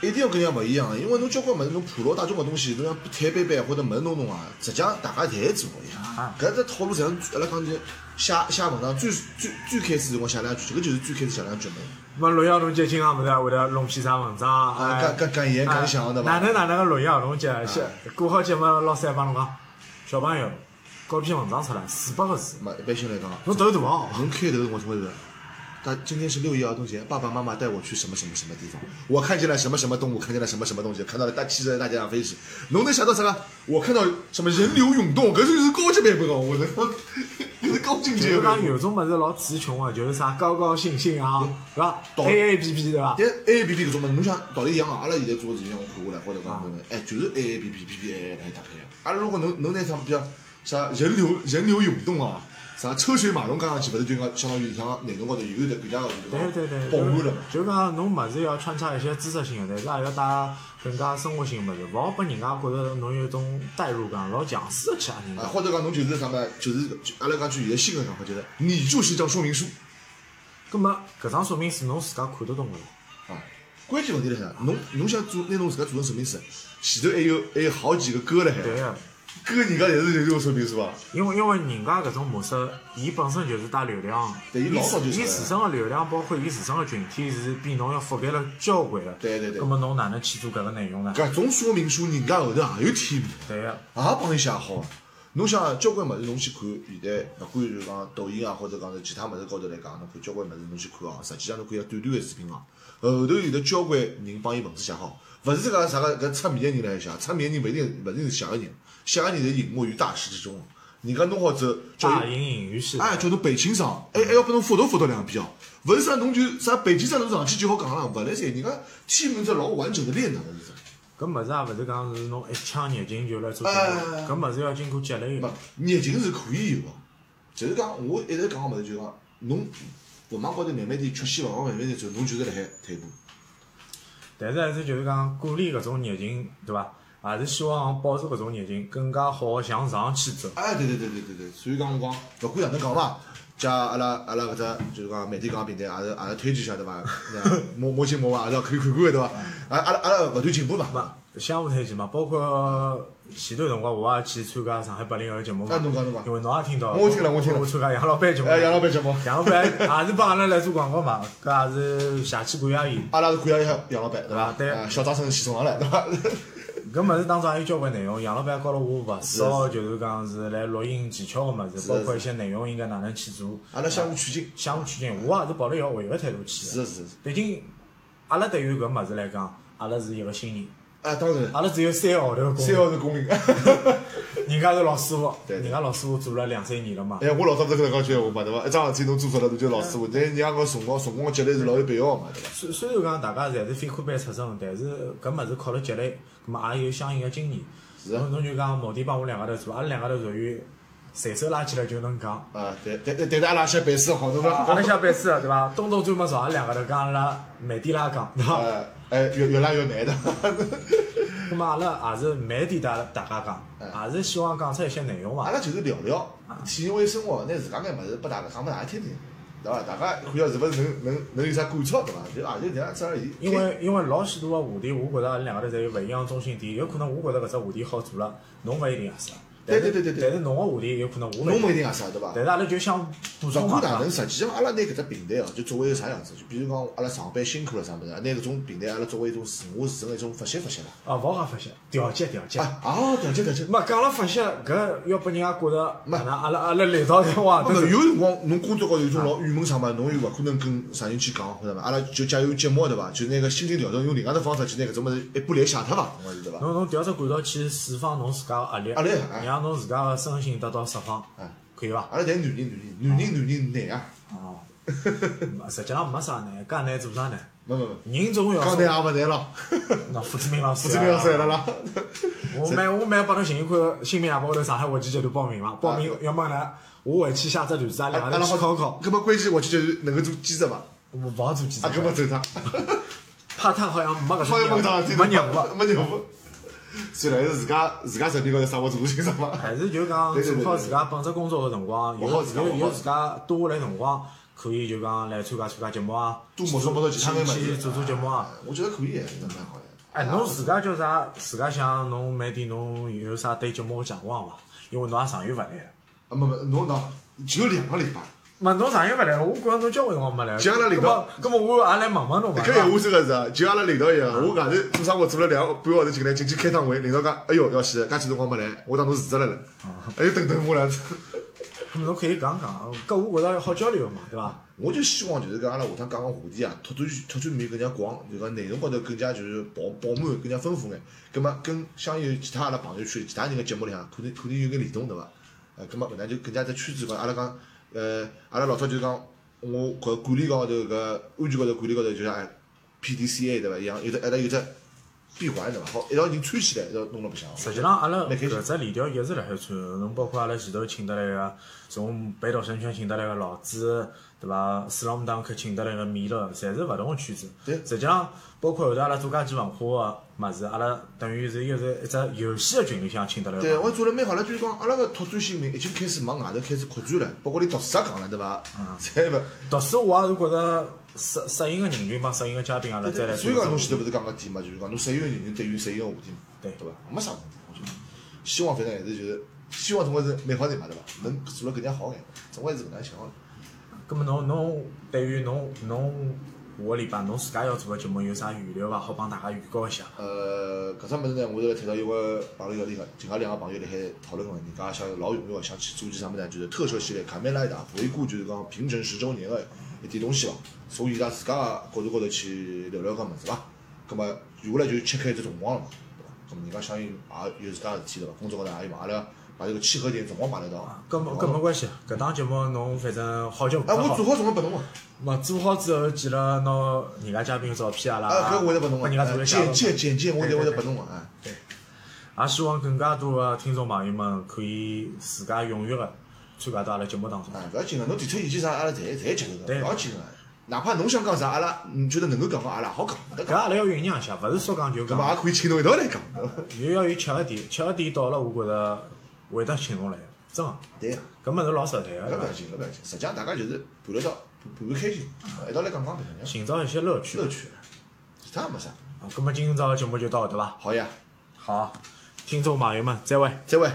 [SPEAKER 2] 一定要跟人家勿一样，因为侬交关物事，侬普罗大众个东西，侬像摊板板或者门弄弄啊，实际上大家侪做一样
[SPEAKER 1] 啊。
[SPEAKER 2] 搿只套路实际上，阿拉讲就写写文章最最最开始辰光写两句，搿就是最开始写两句嘛。
[SPEAKER 1] 么六一儿童节经常勿啊是会得弄篇啥文章，
[SPEAKER 2] 啊
[SPEAKER 1] 哎
[SPEAKER 2] 搿搿搿言搿想对伐啊
[SPEAKER 1] 哪能哪能个六啊一儿童节，是过好节目，老师还帮侬讲，小朋友，搞篇文章出来，四百个字，
[SPEAKER 2] 嘛，一般性来讲，
[SPEAKER 1] 侬头大 哦。
[SPEAKER 2] 侬开头辰光怎么是？他今天是六一儿童节，爸爸妈妈带我去什么什么什么地方，我看见了什么什么动物，看见了什么什么东西，看到了大汽车在大街上飞驰。侬能想到啥个？我看到什么人流涌动，搿就是高级版本哦，我 的，搿是高境
[SPEAKER 1] 就
[SPEAKER 2] 界
[SPEAKER 1] 是
[SPEAKER 2] 版
[SPEAKER 1] 讲
[SPEAKER 2] 本。
[SPEAKER 1] 有种物事老词穷个，就是啥高高兴兴啊，对伐
[SPEAKER 2] 懂
[SPEAKER 1] ？A A P P 对伐？
[SPEAKER 2] 但 A A B B 搿种物事，侬想道理一样啊。阿拉现在做个事情，我看下来，或者讲搿个，哎，就是 A A B B B B A A 来搭配啊。阿拉如果能能拿啥，比如啥人流人流涌动啊，啥车水马龙加上去，勿是就讲相当于像内容高头有点更加个
[SPEAKER 1] 对对对，
[SPEAKER 2] 饱
[SPEAKER 1] 就
[SPEAKER 2] 满
[SPEAKER 1] 是
[SPEAKER 2] 了嘛。
[SPEAKER 1] 就是讲侬物事要穿插一些知识性的，但是也要带更加生活性的物事，勿好拨人家觉着侬有一种代入感，老强势个去压人家
[SPEAKER 2] 啊，。或者讲侬就是啥么，就是就阿拉讲句现在新个讲法，就是你就是一张说明书
[SPEAKER 1] 葛么搿张说明书侬自家看得懂个伐？
[SPEAKER 2] 啊。关键问题是啥？侬侬想做拿侬自家做成什么意思？前头还有还有好几个歌辣海。
[SPEAKER 1] 对个，啊
[SPEAKER 2] 搿个人家侪是流量手柄是伐？
[SPEAKER 1] 因为因为人家搿种模式，伊本身就是带流量，
[SPEAKER 2] 对伊老早就是
[SPEAKER 1] 伊自身个流量，包括伊自身个群体是比侬要覆盖了交关个。
[SPEAKER 2] 对对对
[SPEAKER 1] 葛末侬哪能去做搿个内容呢？
[SPEAKER 2] 搿种说明书人家后头也有天幕。
[SPEAKER 1] 对个，
[SPEAKER 2] 也帮伊写好。侬想交关物事，侬去看现在，勿管是讲抖音啊，或者讲是其他物事高头来讲，侬看交关物事，侬去看哦，实际上侬看一个短短个视频哦，后头有得交关人帮伊文字写好，勿是讲啥个搿出名个人来写，出名个人勿一定勿一定是写个人，写个人侪隐没于大势之中哦。人家弄好之后，叫伊
[SPEAKER 1] 大隐隐于市。
[SPEAKER 2] 哎，叫侬背清爽，还还要拨侬辅导辅导两遍哦。勿是啥侬就啥背景啥侬上去就好讲了，勿来三，人家天门只老完整的练堂是啥？
[SPEAKER 1] 搿物事也勿是讲是侬一腔热情就来做
[SPEAKER 2] 哎
[SPEAKER 1] 搿个，搿物事要经过积累
[SPEAKER 2] 勿
[SPEAKER 1] 个。，
[SPEAKER 2] 热情是可以有个，就是讲我一直讲个物事，就是讲侬文网高头慢慢点缺席，文网慢慢点走，侬就是辣海退步。
[SPEAKER 1] 但是还是就是讲鼓励搿种热情，对伐？还是希望保持搿种热情，更加好个向上去走。
[SPEAKER 2] 哎，对对对对对对，所以讲我讲，勿管哪能讲嘛，加阿拉阿拉搿只就是讲媒体讲平台，也是也是推荐一下对伐？ 那摸摸清摸伐，也是要可以看看个对伐？啊阿拉阿拉勿断进步嘛。
[SPEAKER 1] 勿相互推荐嘛，包括前段辰光我也去参加上海八零后节目嘛
[SPEAKER 2] 啊，侬讲侬讲
[SPEAKER 1] 因为侬也听到，
[SPEAKER 2] 我听了我听了
[SPEAKER 1] 我参加杨老板节目，
[SPEAKER 2] 哎，杨老板节目，
[SPEAKER 1] 杨老板也是帮阿拉来做广告嘛，搿也是谢去感啊谢伊。
[SPEAKER 2] 阿拉是感谢一下杨老板对伐
[SPEAKER 1] 啊？对
[SPEAKER 2] 啊小掌声起送上来对伐？
[SPEAKER 1] 搿物事当中也有交关内容，杨老板教了我勿少，就是讲是来录音技巧个物事，包括一些内容应该哪能去做，
[SPEAKER 2] 阿拉向互取经。
[SPEAKER 1] 相互取经。我也是抱了一个学习个态度去
[SPEAKER 2] 是
[SPEAKER 1] 的。
[SPEAKER 2] 的是的是的，
[SPEAKER 1] 毕竟阿拉对于搿物事来讲，阿拉是一个新人，
[SPEAKER 2] 啊当然，
[SPEAKER 1] 阿拉只有三个号头的工
[SPEAKER 2] 三
[SPEAKER 1] 作，
[SPEAKER 2] 号是公民。
[SPEAKER 1] 人家是老师傅，
[SPEAKER 2] 对对
[SPEAKER 1] 人家老师傅做了两三年了嘛。
[SPEAKER 2] 哎，我老早勿是搿能讲句闲话嘛，对伐？一桩事体侬做出来，侬就老
[SPEAKER 1] 嗯
[SPEAKER 2] 师哎傅。但人家讲辰光，辰光积累是老哦有必要嘛，对伐？
[SPEAKER 1] 虽虽然讲大家侪是非科班出身，但是搿物事靠了积累，葛末也有相应个经验。
[SPEAKER 2] 是啊
[SPEAKER 1] 侬侬就讲某天帮我两家头做，阿拉两家头属于随手拉起来就能 讲。
[SPEAKER 2] 啊，对，但但但是阿拉先办事好，侬
[SPEAKER 1] 啊阿拉
[SPEAKER 2] 讲。
[SPEAKER 1] 下班子对伐？东东专门找阿拉两家头讲阿拉慢点拉讲，对伐？
[SPEAKER 2] 呃， 哎，越越来越难的。
[SPEAKER 1] 葛末阿拉也是慢点带大家
[SPEAKER 2] 啊
[SPEAKER 1] 讲，也是希望讲出一些内容
[SPEAKER 2] 阿
[SPEAKER 1] 伐？
[SPEAKER 2] 拉就是聊聊，体会生活，拿自家眼物事拨大家讲拨大家听听，对伐？大家看下是勿是能能能有啥感触，对伐？就也就这样子而已。
[SPEAKER 1] 因为因为老许多个话题，我觉着阿拉两家头侪有勿一样的中心点，有可能我觉着搿只话题好做了，侬勿一定合适。
[SPEAKER 2] 对
[SPEAKER 1] 但是
[SPEAKER 2] 对对对对
[SPEAKER 1] 但是侬个话题有可能我勿一
[SPEAKER 2] 侬
[SPEAKER 1] 定
[SPEAKER 2] 勿一定也啥，对伐？
[SPEAKER 1] 但是阿拉就想补
[SPEAKER 2] 勿
[SPEAKER 1] 充嘛
[SPEAKER 2] 管。哪能，实际上阿拉拿搿只平台哦，就作为一个啥样子？就比如讲，阿拉上班辛苦了啥物事，拿搿种平台阿拉作为一种自我自身的一种发泄发泄啦。
[SPEAKER 1] 啊，勿好讲发泄，调节调节。
[SPEAKER 2] 啊，啊，调节调节。
[SPEAKER 1] 没讲了发泄，搿要拨人家觉着，
[SPEAKER 2] 没
[SPEAKER 1] 哪能阿拉阿拉领导在话，
[SPEAKER 2] 没
[SPEAKER 1] 都是
[SPEAKER 2] 有辰光，侬工作高头有种老郁闷啥嘛，侬又勿可能跟啥人去讲，晓得伐？阿拉就借有节目对伐？就拿搿心情调整，用另外的方式去拿搿种物事一步来写脱伐？侬讲是对伐？
[SPEAKER 1] 侬侬调只管道去释放侬自家个压力，
[SPEAKER 2] 压力哎
[SPEAKER 1] 让侬自家个身心得到释放
[SPEAKER 2] 哎，
[SPEAKER 1] 可以伐？
[SPEAKER 2] 阿拉侪男人，男人，男人，男人难啊！
[SPEAKER 1] 哦，没实际上没啥难，介难做啥难？
[SPEAKER 2] 没没没，
[SPEAKER 1] 人总要
[SPEAKER 2] 讲
[SPEAKER 1] 说，
[SPEAKER 2] 难也勿难了，
[SPEAKER 1] 那付志明老师
[SPEAKER 2] 不
[SPEAKER 1] 啊，
[SPEAKER 2] 是搿样子来了啦。
[SPEAKER 1] 我每我每帮侬寻一看新民夜报高头上海话剧集团报名嘛，报名要么呢，我回去写只段子，
[SPEAKER 2] 哎阿
[SPEAKER 1] 两
[SPEAKER 2] 拉
[SPEAKER 1] 个人去
[SPEAKER 2] 好
[SPEAKER 1] 考考，
[SPEAKER 2] 搿么关键我去就是能够做记者伐？
[SPEAKER 1] 我勿好做记者
[SPEAKER 2] 啊，，搿么走脱。
[SPEAKER 1] 怕他好像没搿
[SPEAKER 2] 好像没搿
[SPEAKER 1] 种
[SPEAKER 2] 桩事体，
[SPEAKER 1] 没业务啊。
[SPEAKER 2] 没业务。算了，还是自家自家身体高头生活做做清爽伐？
[SPEAKER 1] 还是就讲
[SPEAKER 2] 对
[SPEAKER 1] 做
[SPEAKER 2] 对对
[SPEAKER 1] 好
[SPEAKER 2] 对
[SPEAKER 1] 自家本职工作个辰光，有
[SPEAKER 2] 做好自家
[SPEAKER 1] 有
[SPEAKER 2] 做
[SPEAKER 1] 有
[SPEAKER 2] 好
[SPEAKER 1] 自家多下来辰光，可以就讲来参加参加节目啊，
[SPEAKER 2] 多摸索摸索其他眼物
[SPEAKER 1] 去去
[SPEAKER 2] 事。
[SPEAKER 1] 做做节目啊。
[SPEAKER 2] 我觉得可以，真蛮好的。
[SPEAKER 1] 哎，侬自家叫啥？自家想侬每天侬有啥对节目个展望伐？因为侬也上月勿来，
[SPEAKER 2] 啊，没没，侬喏，就两个礼拜。
[SPEAKER 1] 嘛侬上月勿来，我觉着侬交关辰光没来。
[SPEAKER 2] 就阿拉领导
[SPEAKER 1] 搿么，搿么我也来问问侬嘛。
[SPEAKER 2] 搿
[SPEAKER 1] 是吧
[SPEAKER 2] 闲话真个是啊，就阿拉领导一样，我外头做生活做了两个半个号头进来，进去开趟会，领导讲，哎哟，要死，介几辰光没来，我当侬辞职来了，还有等等我了。
[SPEAKER 1] 搿么侬可以讲讲，搿我觉着好交流嘛，对伐？
[SPEAKER 2] 我就希望就是讲阿拉下趟讲个话题啊，拓展拓展面更加广，就讲内容高头更加就是饱饱满、更加丰富眼。葛末跟相应其他阿拉朋友圈、其他人个节目里向，可能可能有眼联动，对伐？呃，葛末搿能就更加只圈子高，阿拉讲，呃，阿拉老早就讲，我搿管理高头搿呃安全高头管理高头，就像 PDCA 对伐？一样，有只阿拉有只闭环对伐？好，一道人串起来，一道弄了白相。
[SPEAKER 1] 实际上，阿拉
[SPEAKER 2] 蛮开心
[SPEAKER 1] 搿只链条一直辣海转，侬包括阿拉前头请得来个，从北斗神拳请得来个老子，对伐？斯朗姆当克请得来个米勒，侪是勿同个圈子。
[SPEAKER 2] 对
[SPEAKER 1] 实际上，包括后头阿拉做家具文化个物事，阿拉等于是又是一只游戏个群里向请得来个朋
[SPEAKER 2] 对，
[SPEAKER 1] 友。
[SPEAKER 2] 我做了蛮好了，就是讲阿拉个拓展性已经开始往外头开始扩展了，包括连读书也讲了对伐？ 侪勿。
[SPEAKER 1] 读书我也是觉着适适应个人群帮适应个嘉宾，阿拉再来
[SPEAKER 2] 所
[SPEAKER 1] 做
[SPEAKER 2] 以
[SPEAKER 1] 一
[SPEAKER 2] 讲，侬
[SPEAKER 1] 做。
[SPEAKER 2] 前头勿是讲个点嘛，就是讲侬适应个人对于适应个话题嘛，
[SPEAKER 1] 对
[SPEAKER 2] 对伐？没啥问题，我觉得。希望反正还是就是希望总归是美好点嘛，对伐？能做了更加好眼，总归是搿能样想的。
[SPEAKER 1] 咁么侬侬对于侬侬下个礼拜侬自家要做个节目有啥预料伐？好帮大家预告一下。
[SPEAKER 2] 呃，搿只物事呢，我是辣睇到有个朋友，另外另外两个朋友辣海讨论个问题，讲想老踊跃个，想去做件啥物事呢？就是特摄系列《卡梅拉达》回顾，就是讲平成十周年个一点东西伐？从伊拉自家个角度高头去聊聊搿物事伐？葛末接下来就切开一只辰光了嘛，对伐？葛末人家相信也有自家的事体对伐？工作高头也有嘛，阿拉把这个契合点辰光摆辣一道
[SPEAKER 1] 啊。搿么搿没关系，搿档节目侬反正好久勿
[SPEAKER 2] 哦哎，我做
[SPEAKER 1] 好，
[SPEAKER 2] 好辰光拨侬嘛，
[SPEAKER 1] 嘛做好之后记了拿人家嘉宾个照片啊啦，
[SPEAKER 2] 啊，搿我会得拨侬个，
[SPEAKER 1] 帮人家做
[SPEAKER 2] 哎
[SPEAKER 1] 个介
[SPEAKER 2] 简
[SPEAKER 1] 绍
[SPEAKER 2] 介简介我侪会得拨侬个，哎。
[SPEAKER 1] 也希望更加多个听众朋友们可以自家踊跃个参加到阿拉节目当中。
[SPEAKER 2] 啊，勿要紧个，侬提出意见啥，阿拉侪侪接受个，
[SPEAKER 1] 对
[SPEAKER 2] 勿要紧个。哪怕侬想讲啥，阿拉嗯觉得能够讲个，阿拉好讲，勿得
[SPEAKER 1] 搿
[SPEAKER 2] 讲，
[SPEAKER 1] 阿拉要酝酿一下，勿是说讲就
[SPEAKER 2] 搿
[SPEAKER 1] 讲，
[SPEAKER 2] 么也可以请侬一道来讲。对伐
[SPEAKER 1] 又要有切合点，切合点到了，我觉着会得请侬来，真个。
[SPEAKER 2] 对个，
[SPEAKER 1] 搿么是老实在个，
[SPEAKER 2] 搿
[SPEAKER 1] 对
[SPEAKER 2] 勿
[SPEAKER 1] 伐
[SPEAKER 2] 要紧，搿勿要紧。实际上大家就是盘了到，盘盘开心，一道来讲讲搿能样，
[SPEAKER 1] 寻找一些乐趣。
[SPEAKER 2] 乐趣，其他也没啥。
[SPEAKER 1] 啊，搿么今朝个节目就到搿搭伐？
[SPEAKER 2] 好呀，
[SPEAKER 1] 好，听众朋友们，再会。
[SPEAKER 2] 再会。